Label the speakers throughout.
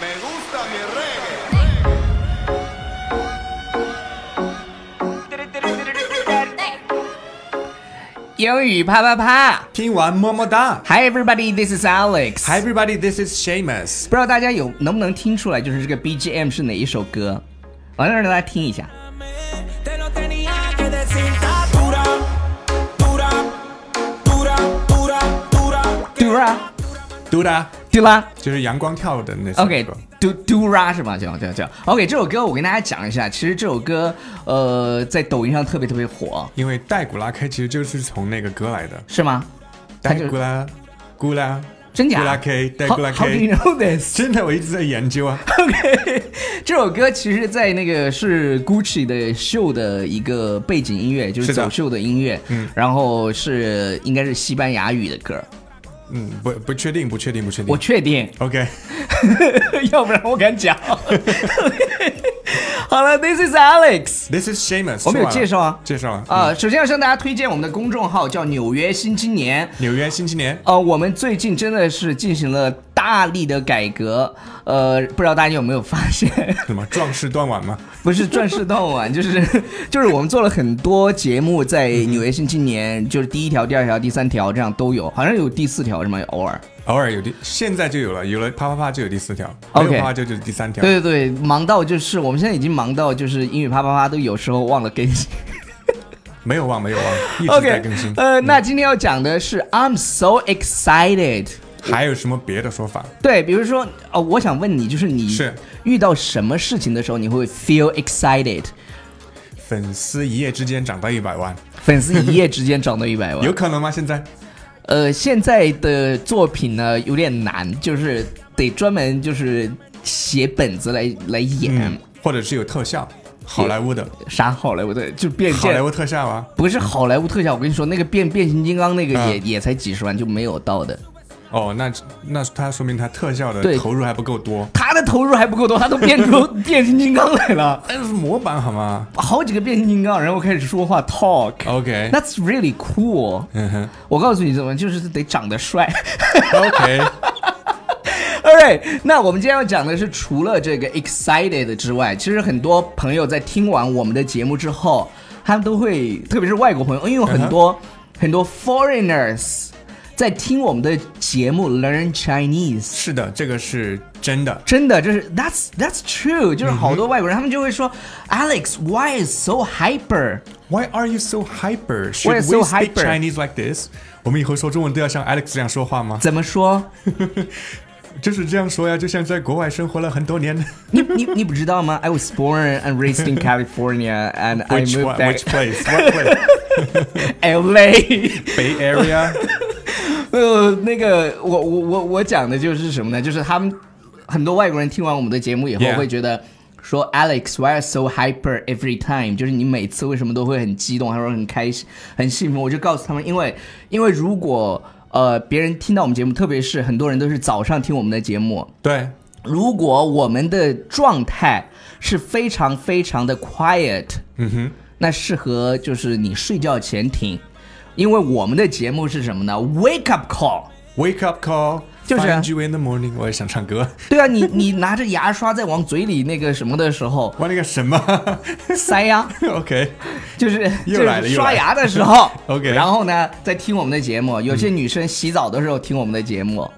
Speaker 1: Me gusta mi reggae.
Speaker 2: 英语啪啪啪。
Speaker 3: 听完么么哒。
Speaker 2: Hi everybody, this is Alex.
Speaker 3: Hi everybody, this is Shamus。
Speaker 2: 不知道大家有能不能听出来，就是这个 BGM 是哪一首歌？完了让大家听一下。
Speaker 4: Te lo tenía que decir dura, dura, dura, dura, dura.
Speaker 2: Dura
Speaker 3: Dura
Speaker 2: Dura
Speaker 3: 就是阳光跳舞的那首歌。
Speaker 2: OK Du Dura 是吧？叫叫叫 OK 这首歌我跟大家讲一下，其实这首歌呃在抖音上特别特别火，
Speaker 3: 因为带古拉开其实就是从那个歌来的。
Speaker 2: 是吗？它
Speaker 3: 带
Speaker 2: 就
Speaker 3: 古拉，古拉，
Speaker 2: 真假
Speaker 3: 古拉 K，带
Speaker 2: How
Speaker 3: 古拉
Speaker 2: How do
Speaker 3: K。
Speaker 2: you know this？
Speaker 3: 真的，我一直在研究啊。
Speaker 2: OK，这 首歌其实，在那个是 Gucci 的秀的一个背景音乐，就是
Speaker 3: 是的
Speaker 2: 走秀的音乐，
Speaker 3: 嗯
Speaker 2: 然后是应该是西班牙语的歌，
Speaker 3: 嗯，不不确定，不确定，不确定
Speaker 2: 我。确定，
Speaker 3: OK，
Speaker 2: 要不然我敢讲。 好了，This is Alex。
Speaker 3: this is Shamus。
Speaker 2: 我们有介绍啊
Speaker 3: 介绍了
Speaker 2: 啊、
Speaker 3: 嗯
Speaker 2: 首先要向大家推荐我们的公众号，叫《纽约新青年》。
Speaker 3: 纽约新青年。
Speaker 2: 呃，我们最近真的是进行了大力的改革，呃，不知道大家有没有发现？
Speaker 3: 什么壮士断腕吗？
Speaker 2: 不是壮士断腕， 就是就是我们做了很多节目，在《纽约新青年》，就是第一条、第二条、第三条这样都有，好像有第四条是吗？偶尔。
Speaker 3: 偶尔有第，现在就有了，有了啪啪啪就有第四条，没
Speaker 2: OK
Speaker 3: 有啪啪就就是第三条。
Speaker 2: 对对对，忙到就是我们现在已经忙到就是英语啪啪啪都有时候忘了更新。
Speaker 3: 没有忘，没有 忘，一直在
Speaker 2: OK，
Speaker 3: 更新。嗯
Speaker 2: 呃，那今天要讲的是 I'm so excited。
Speaker 3: 还有什么别的说法？
Speaker 2: 对，比如说，哦，我想问你，就是你
Speaker 3: 是
Speaker 2: 遇到什么事情的时候，你会 feel excited？
Speaker 3: 粉丝一夜之间涨到一百万，
Speaker 2: 粉丝一夜之间涨到一百万，
Speaker 3: 有可能吗？现在
Speaker 2: 呃，现在的作品呢有点难，就是得专门就是写本子来来演、
Speaker 3: 嗯，或者是有特效，好莱坞的
Speaker 2: 啥好莱坞的，就变
Speaker 3: 好莱
Speaker 2: 见
Speaker 3: 坞特效啊，
Speaker 2: 不是好莱坞特效，我跟你说，那个变变形金刚那个也、
Speaker 3: 嗯
Speaker 2: 也才几十万就没有到的，
Speaker 3: 哦，那那他说明他特效的
Speaker 2: 对
Speaker 3: 投入还不够多，
Speaker 2: 他的投入还不够多，他都变出 变形金刚来了，
Speaker 3: 那哎是模板好吗
Speaker 2: 好几个变形金刚，然后开始说话 talk。
Speaker 3: ？OK，
Speaker 2: That's really cool。
Speaker 3: 嗯哼
Speaker 2: 我告诉你怎么，就是得长得帅。
Speaker 3: ，OK，
Speaker 2: All right，那我们今天要讲的是，除了这个 excited 之外，其实很多朋友在听完我们的节目之后，他们都会，特别是外国朋友，因为有很多、很多 foreigners 在听我们的节目 learn Chinese。
Speaker 3: 是的，这个是真的。
Speaker 2: 真的，就是 that's that's true，就是好多外国人、他们就会说，Alex，why is so hyper？
Speaker 3: Why are you so hyper?
Speaker 2: Why are
Speaker 3: Should
Speaker 2: so
Speaker 3: we speak
Speaker 2: hyper?
Speaker 3: Chinese like this? 我们以后说中文都要像 Alex 这样说话吗？
Speaker 2: 怎么说？
Speaker 3: 就是这样说呀，就像在国外生活了很多年。
Speaker 2: 你你你不知道吗？I was born and raised in California and I
Speaker 3: Which
Speaker 2: moved
Speaker 3: one?
Speaker 2: back
Speaker 3: Which place? What place?
Speaker 2: LA。
Speaker 3: Bay Area?
Speaker 2: 呃，那个，我我我我讲的就是什么呢？就是他们很多外国人听完我们的节目以后
Speaker 3: Yeah.
Speaker 2: 会觉得。说 Alex, why are you so hyper every time？就是你每次为什么都会很激动，还是很开心、很兴奋？我就告诉他们，因为因为如果呃别人听到我们节目，特别是很多人都是早上听我们的节目，
Speaker 3: 对，
Speaker 2: 如果我们的状态是非常非常的 quiet，嗯哼，那适合就是你睡觉前听，因为我们的节目是什么呢？Wake up call。
Speaker 3: Wake up call，
Speaker 2: 就是啊
Speaker 3: Find you in the morning。我也想唱歌，
Speaker 2: 对啊，你你拿着牙刷在往嘴里那个什么的时候
Speaker 3: 我那个什么
Speaker 2: 塞呀、
Speaker 3: ？OK，
Speaker 2: 就是
Speaker 3: 又
Speaker 2: 就
Speaker 3: 来了
Speaker 2: 是
Speaker 3: 又
Speaker 2: 刷
Speaker 3: 来了
Speaker 2: 牙的时候
Speaker 3: OK 嗯
Speaker 2: 然后呢再听我们的节目。有些女生洗澡的时候听我们的节目、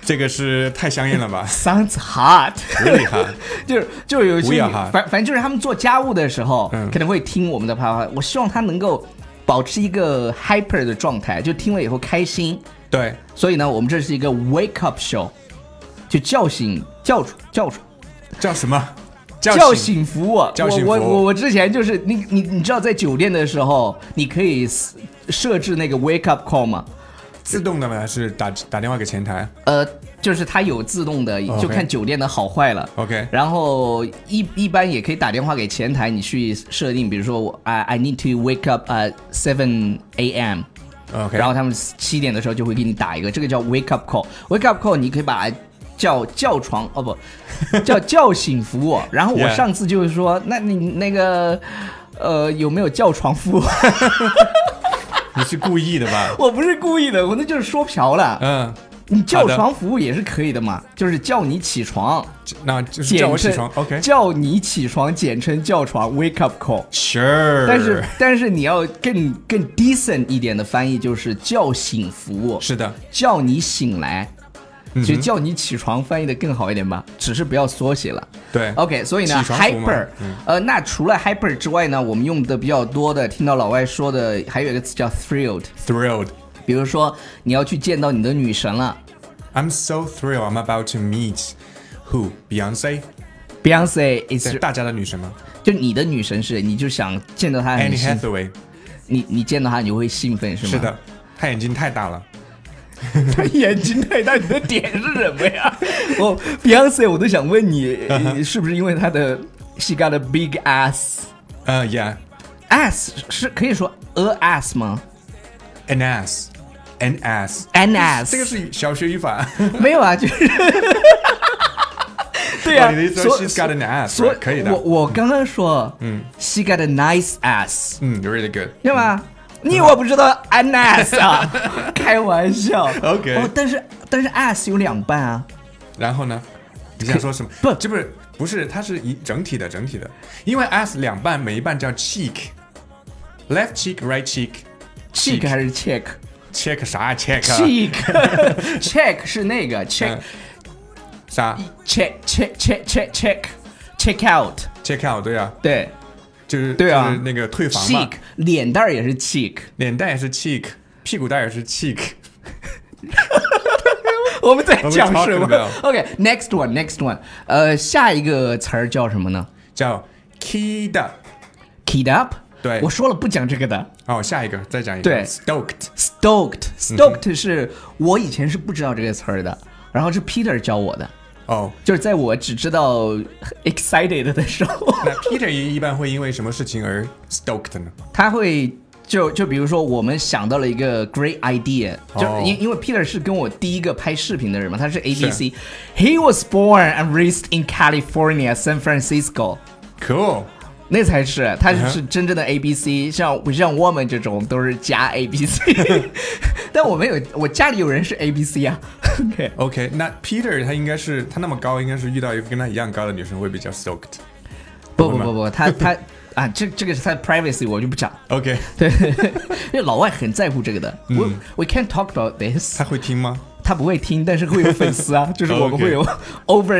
Speaker 3: 这个是太香艳了 吧
Speaker 2: s o u n d s hot，
Speaker 3: ？Really 哈，
Speaker 2: 就是就是有一些
Speaker 3: We are
Speaker 2: 女
Speaker 3: hot
Speaker 2: 反反正就是他们做家务的时候、
Speaker 3: 嗯
Speaker 2: 可能会听我们的啪啪啪。我希望她能够保持一个 hyper 的状态，就听了以后开心。
Speaker 3: 对，
Speaker 2: 所以呢，我们这是一个 wake up show，就叫醒叫出叫出
Speaker 3: 叫什么？
Speaker 2: 叫
Speaker 3: 醒
Speaker 2: 醒服务。
Speaker 3: 叫醒服务
Speaker 2: 我我我我之前就是你你你知道在酒店的时候，你可以 s- 设置那个 wake up call 吗？
Speaker 3: 自动的吗？还是打打电话给前台
Speaker 2: 呃，就是它有自动的，
Speaker 3: 哦 OK
Speaker 2: 就看酒店的好坏了。
Speaker 3: ？OK，
Speaker 2: 然后一一般也可以打电话给前台，你去设定，比如说我 I I need to wake up at seven a.m.
Speaker 3: OK，
Speaker 2: 然后他们七点的时候就会给你打一个，这个叫 wake up call。wake up call 你可以把它叫叫床哦 不，叫叫醒服务。然后我
Speaker 3: Yeah
Speaker 2: 上次就是说，那你那个呃有没有叫 床服务？
Speaker 3: 你是故意的吧
Speaker 2: ？我不是故意的，我那就是说瓢了。
Speaker 3: 嗯，
Speaker 2: 你叫
Speaker 3: 好的
Speaker 2: 床服务也是可以的嘛，就是叫你起床，
Speaker 3: 那就是
Speaker 2: 简
Speaker 3: 叫
Speaker 2: 称
Speaker 3: 我起床，OK？
Speaker 2: 叫你起床，简称叫床 wake up call。
Speaker 3: Sure，
Speaker 2: 但是但是你要更更 decent 一点的翻译就是叫醒服务，
Speaker 3: 是的，
Speaker 2: 叫你醒来，
Speaker 3: 嗯
Speaker 2: 就
Speaker 3: 哼
Speaker 2: 叫你起床翻译的更好一点吧，只是不要缩写了。
Speaker 3: 对
Speaker 2: OK，所以呢
Speaker 3: 哎起床服嘛
Speaker 2: ，hyper，、
Speaker 3: 嗯
Speaker 2: 呃，那除了 hyper 之外呢，我们用的比较多的，听到老外说的还有一个词叫 thrilled，
Speaker 3: thrilled。
Speaker 2: 比如说你要去见到你的女神了
Speaker 3: I'm so thrilled. I'm about to meet who Beyonce，
Speaker 2: ，Beyonce
Speaker 3: 对
Speaker 2: is，
Speaker 3: 大家的女神吗
Speaker 2: 就你的女神是，你就想见到她很
Speaker 3: ？Annie
Speaker 2: 兴，
Speaker 3: Hathaway，
Speaker 2: 你你见到她你就会兴奋是吗？
Speaker 3: 是，的，她眼睛太大了。
Speaker 2: 她眼睛太大，你的点是什么呀？ 我 Beyonce 我都想问你，呃是不是因为她的 she got a big ass？ass
Speaker 3: 呃、y e a h
Speaker 2: 是可以说 a ass 吗
Speaker 3: an ass。An ass，
Speaker 2: ？an ass
Speaker 3: 这个是小学语 法。哦
Speaker 2: 没有啊，就是，对
Speaker 3: 哦
Speaker 2: 啊
Speaker 3: 你的意，思
Speaker 2: 所
Speaker 3: 说 she's got an ass，
Speaker 2: 所
Speaker 3: right，可以的
Speaker 2: 我我刚刚说，嗯，she got a nice ass，
Speaker 3: 嗯，really 嗯 good。
Speaker 2: 对吗？你以为我不知道 an ass 啊？开玩笑
Speaker 3: OK
Speaker 2: 哦，但是但是 ass 有两半啊，
Speaker 3: 然后呢？你想说什么？
Speaker 2: 不
Speaker 3: 这不是不是，它是一整体的，整体的。因为 ass 两半，每一半叫 cheek，left cheek right cheek。
Speaker 2: cheek 还是 check
Speaker 3: check 啥 check 啊
Speaker 2: cheek check 是那个 check
Speaker 3: 嗯啥
Speaker 2: check check check check check check out，
Speaker 3: check out 对啊，
Speaker 2: 对
Speaker 3: 就是
Speaker 2: 对啊
Speaker 3: 就是那个退房嘛
Speaker 2: ，cheek。脸蛋儿也是 cheek，
Speaker 3: 脸蛋也是 cheek，屁股蛋也是 cheek。
Speaker 2: 我们在
Speaker 3: What we
Speaker 2: 讲什
Speaker 3: talking
Speaker 2: 么
Speaker 3: about？
Speaker 2: ？OK，next one，next one，呃，下一个词儿叫什么呢
Speaker 3: 叫 key 的。
Speaker 2: ？Keyed up。
Speaker 3: 对
Speaker 2: 我说了不讲这个的。
Speaker 3: 哦，下一个再讲一个。
Speaker 2: 对
Speaker 3: stoked。
Speaker 2: Stoked，stoked 是我以前是不知道这个词儿的，然后是 Peter 教我的，
Speaker 3: 哦，
Speaker 2: 就是在我只知道 excited 的时候，
Speaker 3: 那 Peter 一一般会因为什么事情而 stoked 呢？
Speaker 2: 他会就就比如说我们想到了一个 great idea，就
Speaker 3: 哦
Speaker 2: 因因为 Peter 是跟我第一个拍视频的人嘛，他是 ABC，He was born and raised in California, San Francisco。
Speaker 3: Cool，
Speaker 2: 那才是，他是
Speaker 3: 哼
Speaker 2: 是真正的 A B C，、像不像我们这种都是加 A B C，但 我们有我家里有人是 A B C 啊。OK，
Speaker 3: OK，那 Peter 他应该是他那么高，应该是遇到一个跟他一样高的女生会比较 stoked。
Speaker 2: 不不不不，他他啊，这这个是他的 privacy，我就不讲。
Speaker 3: OK，
Speaker 2: 对， 因为老外很在乎这个的。We we can't talk about this，
Speaker 3: 他会听吗？
Speaker 2: 他不会听，但是会有粉丝 啊，就是我们
Speaker 3: 哦 OK 嗯
Speaker 2: 会有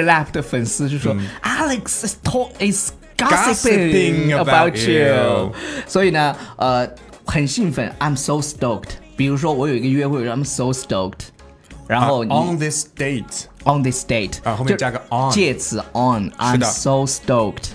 Speaker 2: overlap 的粉丝，就说 Alex is talk is gossiping
Speaker 3: Gossiping
Speaker 2: about
Speaker 3: about
Speaker 2: you
Speaker 3: you。
Speaker 2: 所以呢，呃，很兴奋，I'm so stoked。比如说我有一个约会，I'm so stoked。然后你
Speaker 3: 啊 on this date，
Speaker 2: on this date
Speaker 3: 啊后面
Speaker 2: 就
Speaker 3: 加个 on
Speaker 2: 介词 on，I'm
Speaker 3: 是的
Speaker 2: so stoked。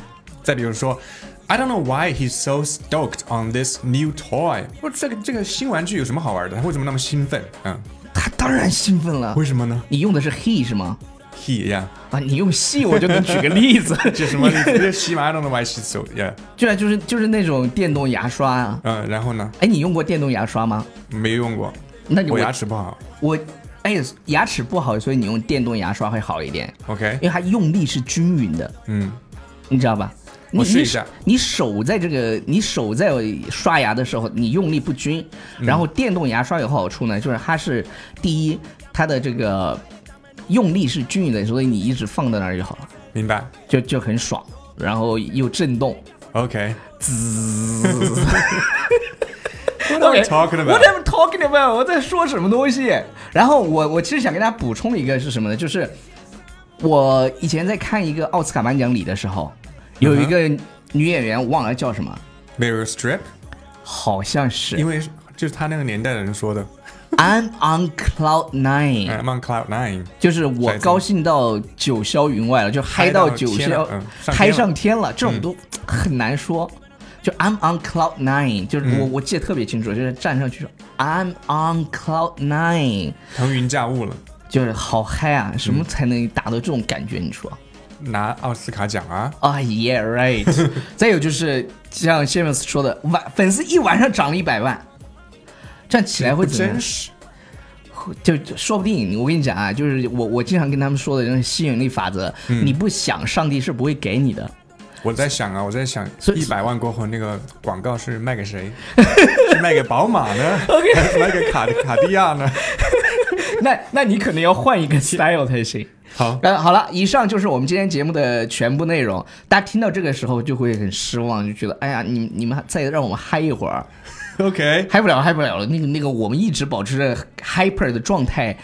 Speaker 3: 再比如说。I don't know why he's so stoked on this new toy。我这个这个新玩具有什么好玩的？他为什么那么兴奋？嗯，
Speaker 2: 他当然兴奋了
Speaker 3: 为。什么呢
Speaker 2: 你用的是 he 是吗？
Speaker 3: ？He 呀、
Speaker 2: 啊，你用 she 我就能举个例子，
Speaker 3: 这 什么？这个喜马 I don't know why she's so yeah。
Speaker 2: 居然就是就是那种电动牙刷啊。
Speaker 3: 嗯，然后呢？
Speaker 2: 哎，你用过电动牙刷吗？
Speaker 3: 没用过，
Speaker 2: 那你
Speaker 3: 我
Speaker 2: 我
Speaker 3: 牙齿不好。
Speaker 2: 我哎呀，牙齿不好，所以你用电动牙刷会好一点，
Speaker 3: OK，
Speaker 2: 因为它用力是均匀的，
Speaker 3: 嗯，
Speaker 2: 你知道吧？你
Speaker 3: 我试一
Speaker 2: 你
Speaker 3: 下
Speaker 2: 你手在这个你手在刷牙的时候，你用力不均，
Speaker 3: 嗯
Speaker 2: 然后电动牙刷有好处呢，就是它是第一，它的这个用力是均匀的，所以你一直放在那儿就好了，
Speaker 3: 明白。
Speaker 2: 就就很爽，然后又震动。
Speaker 3: OK，
Speaker 2: What
Speaker 3: am I talking about?
Speaker 2: What am I talking about？我在说什么东西？然后我我其实想跟大家补充一个是什么呢？就是我以前在看一个奥斯卡颁奖礼的时候，有一个女演员我忘了叫什么，
Speaker 3: Meryl Streep，
Speaker 2: 好像是
Speaker 3: 因为就是他那个年代的人说的。
Speaker 2: I'm on cloud nine，、
Speaker 3: I'm on cloud nine，
Speaker 2: 就是我高兴到九霄云外了，就嗨到九
Speaker 3: 嗨到天
Speaker 2: 霄
Speaker 3: 了嗯，上天了嗯
Speaker 2: 嗨上天了，这种都很难说。就 I'm on cloud nine，就是我、
Speaker 3: 嗯
Speaker 2: 我记得特别清楚，就是站上去说 I'm on cloud nine。
Speaker 3: 腾云驾雾了，
Speaker 2: 就是好嗨啊！什么才能达到这种感觉？你说？
Speaker 3: 拿奥斯卡奖啊！
Speaker 2: 啊、y e a h right 。 再有就是像 Shamus 说的，晚粉丝一晚上涨了一百万，这样起来会
Speaker 3: 不
Speaker 2: 怎么
Speaker 3: 真
Speaker 2: 样？
Speaker 3: 实。
Speaker 2: 就就说不定我跟你讲啊，就是我我经常跟他们说的，就是吸引力法则，你不想，上帝是不会给你的。
Speaker 3: 我在想啊，我在想
Speaker 2: 所，以
Speaker 3: 一百万过后那个广告是卖给 谁？是卖给宝马呢，还是卖给卡卡地亚呢？
Speaker 2: 那那你可能要换一个 style 才行。
Speaker 3: 好，
Speaker 2: 呃， 好了，以上就是我们今天节目的全部内容。大家听到这个时候就会很失望，就觉得哎呀，你你们再让我们嗨一会儿，
Speaker 3: OK，
Speaker 2: 嗨不了，嗨不了了。那个那个，我们一直保持着 hyper 的状态，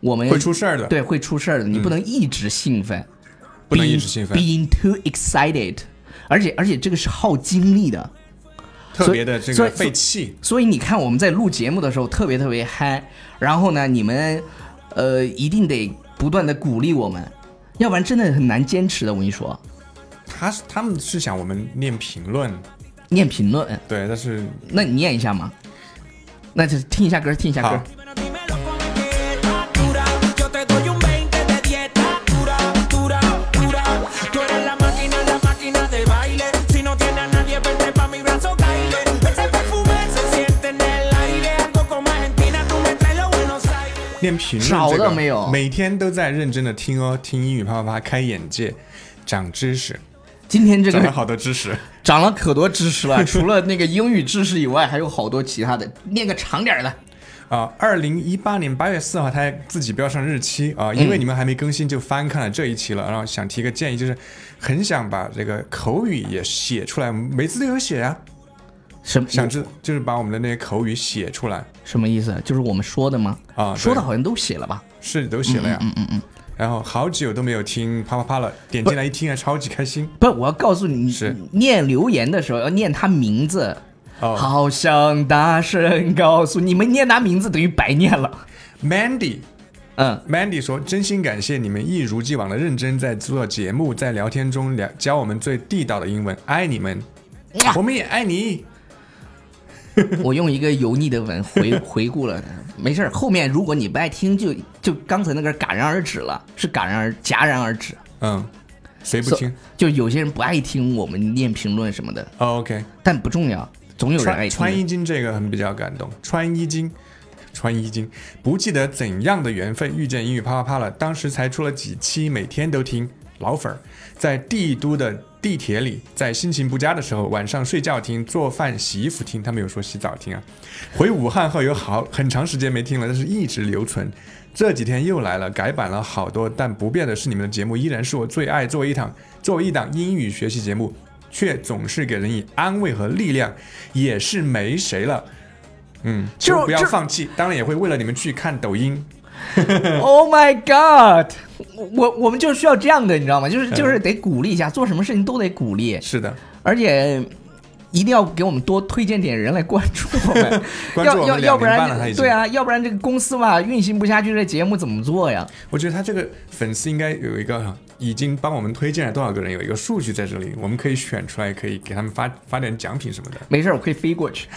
Speaker 2: 我们
Speaker 3: 会出事儿的嗯
Speaker 2: 对，会出事儿的。你不能一直兴奋，
Speaker 3: 不能一直兴奋
Speaker 2: being being too excited。而且而且这个是耗精力的，
Speaker 3: 特别的这
Speaker 2: 所
Speaker 3: 个
Speaker 2: 以
Speaker 3: 费气。
Speaker 2: 所以你看我们在录节目的时候特别特别嗨，然后呢，你们呃一定得不断的鼓励我们，要不然真的很难坚持的。我跟你说，
Speaker 3: 他是他们是想我们念评论，
Speaker 2: 念评论，
Speaker 3: 对，但是
Speaker 2: 那你念一下嘛？那就听一下歌，听一下歌
Speaker 3: 好。
Speaker 4: Dímelo, dímelo con qué dura. Yo te doy un 20 de dieta dura, dura, dura. Tú eres la máquina, la máquina de baile. Si no tienes a nadie, vente pa' mi brazo, caile. Ese perfume se siente en el aire. Algo como Argentina, tú me traes los Buenos Aires.
Speaker 3: 念评论、这
Speaker 2: 少
Speaker 3: 个、
Speaker 2: 了没有
Speaker 3: 每天都在认真的听哦，听英语啪啪啪，开眼界，长知识，
Speaker 2: 今天这
Speaker 3: 长了
Speaker 2: 个
Speaker 3: 好多知识。
Speaker 2: 长了可多知识 了，除了那个英语知识以外，还有好多其他的。念个长点儿的，
Speaker 3: 啊，二零一八年八月四号，他自己标上日期啊、因为你们还没更新，就翻看了这一期了。然后想提个建议，就是很想把这个口语也写出来，每次都有写啊，
Speaker 2: 什么
Speaker 3: 想知就是把我们的那些口语写出来，
Speaker 2: 什么意思？啊就是我们说的吗？
Speaker 3: 啊对
Speaker 2: 说的好像都写了吧？
Speaker 3: 是都写了呀。嗯嗯嗯然后好久都没有听啪啪啪了，点进来一听啊，超级开心。
Speaker 2: 不，我要告诉你
Speaker 3: 是，
Speaker 2: 念留言的时候要念他名字。
Speaker 3: 哦
Speaker 2: 好想大声告诉你们，念他名字等于白念了。
Speaker 3: Mandy。
Speaker 2: 嗯，
Speaker 3: Mandy 说：“真心感谢你们一如既往的认真在做节目，在聊天中聊教我们最地道的英文，爱你们，我们也爱你。
Speaker 2: 嗯我用一个油腻的吻回 回顾了，没事儿。后面如果你不爱听，就就刚才那个戛然而止了，是戛然而戛然而止。”
Speaker 3: 嗯，谁不
Speaker 2: So-
Speaker 3: 听
Speaker 2: 就有些人不爱听我们念评论什么的，
Speaker 3: 哦？OK，
Speaker 2: 但不重要，总有人爱
Speaker 3: 穿
Speaker 2: 听。
Speaker 3: 穿衣经这个很比较感动，穿衣经。穿衣经，不记得怎样的缘分遇见英语啪啪啪了，当时才出了几期，每天都听老粉儿，在帝都的地铁里，在心情不佳的时候，晚上睡觉听，做饭洗衣服听，他没有说洗澡听啊。回武汉后有好很长时间没听了，但是一直留存。这几天又来了，改版了好多，但不变的是你们的节目依然是我最爱。作为一档作为一档英语学习节目，却总是给人以安慰和力量，也是没谁了。嗯，
Speaker 2: 就
Speaker 3: 就不要
Speaker 2: 就
Speaker 3: 放弃，当然也会为了你们去看抖音。
Speaker 2: Oh my God！我我们就需要这样的，你知道吗？就是就是得鼓励一下，做什么事情都得鼓励，
Speaker 3: 是的，，
Speaker 2: 而且嗯一定要给我们多推荐点人来关注我们
Speaker 3: 关注我们
Speaker 2: 要要
Speaker 3: 两
Speaker 2: 要不
Speaker 3: 年半了他已
Speaker 2: 然
Speaker 3: 经
Speaker 2: 对啊，要不然这个公司嘛运行不下去，这节目怎么做呀？
Speaker 3: 我觉得他这个粉丝应该有一个啊已经帮我们推荐了多少个人，有一个数据在这里，我们可以选出来，可以给他们发发点奖品什么的，
Speaker 2: 没事儿，我可以飞 过去。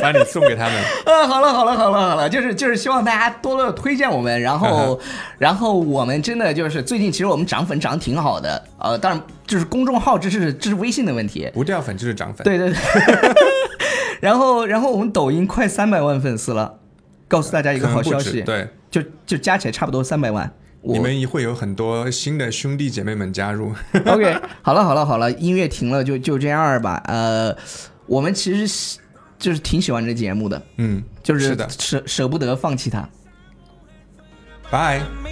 Speaker 3: 把你送给他们。
Speaker 2: 啊，好了好了好了好了，就是就是希望大家多多地推荐我们，然
Speaker 3: 啊
Speaker 2: 后然后我们真的就是最近其实我们涨粉涨得挺好的，呃，当然就是公众号这是这是微信的问题，
Speaker 3: 不掉粉就是涨粉。
Speaker 2: 对对对，然后然后我们抖音快三百万粉丝了，告诉大家一个
Speaker 3: 可能
Speaker 2: 好
Speaker 3: 不
Speaker 2: 消
Speaker 3: 止
Speaker 2: 息，
Speaker 3: 对，
Speaker 2: 就就加起来差不多三百万。我
Speaker 3: 你们也会有很多新的兄弟姐妹们加入。
Speaker 2: OK，好了好了好了，音乐停了就就这样儿吧。呃，我们其实喜就是挺喜欢这节目的，
Speaker 3: 嗯，
Speaker 2: 就是
Speaker 3: 的
Speaker 2: 舍舍不得放弃它。
Speaker 3: 拜。
Speaker 4: Me